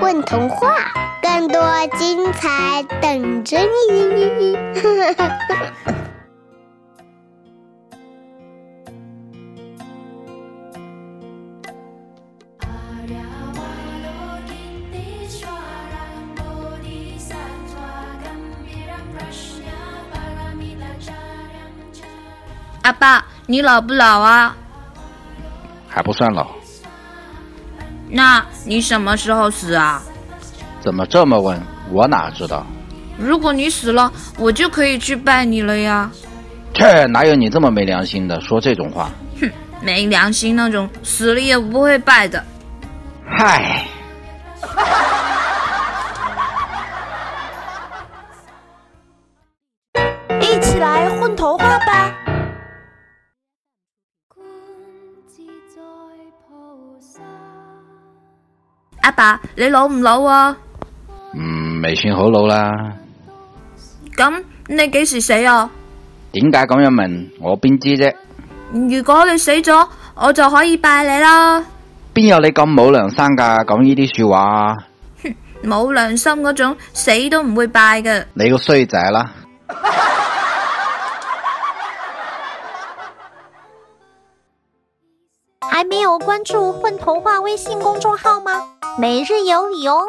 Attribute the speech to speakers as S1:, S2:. S1: 问童话，更多精彩等着你。
S2: 阿爸，你老不老啊？
S3: 还不算老，
S2: 那你什么时候死啊？
S3: 怎么这么问？我哪知道？
S2: 如果你死了，我就可以去拜你了呀！
S3: 切，哪有你这么没良心的说这种话？
S2: 没良心那种，死了也不会拜的。
S3: 嗨，
S4: 一起来混童话吧！
S2: 阿爸，你老唔老啊？
S3: 嗯，微信好老啦。
S2: 咁你幾時死啊？
S3: 點解咁樣問？我邊知啫？
S2: 如果你死咗，我就可以拜你啦。
S3: 邊有你咁冇良心㗎？講呢啲说話，
S2: 冇良心嗰種，死都唔會拜嘅。
S3: 你個衰仔啦！
S4: 还没有关注“混童话”微信公众号吗？每日有礼哦！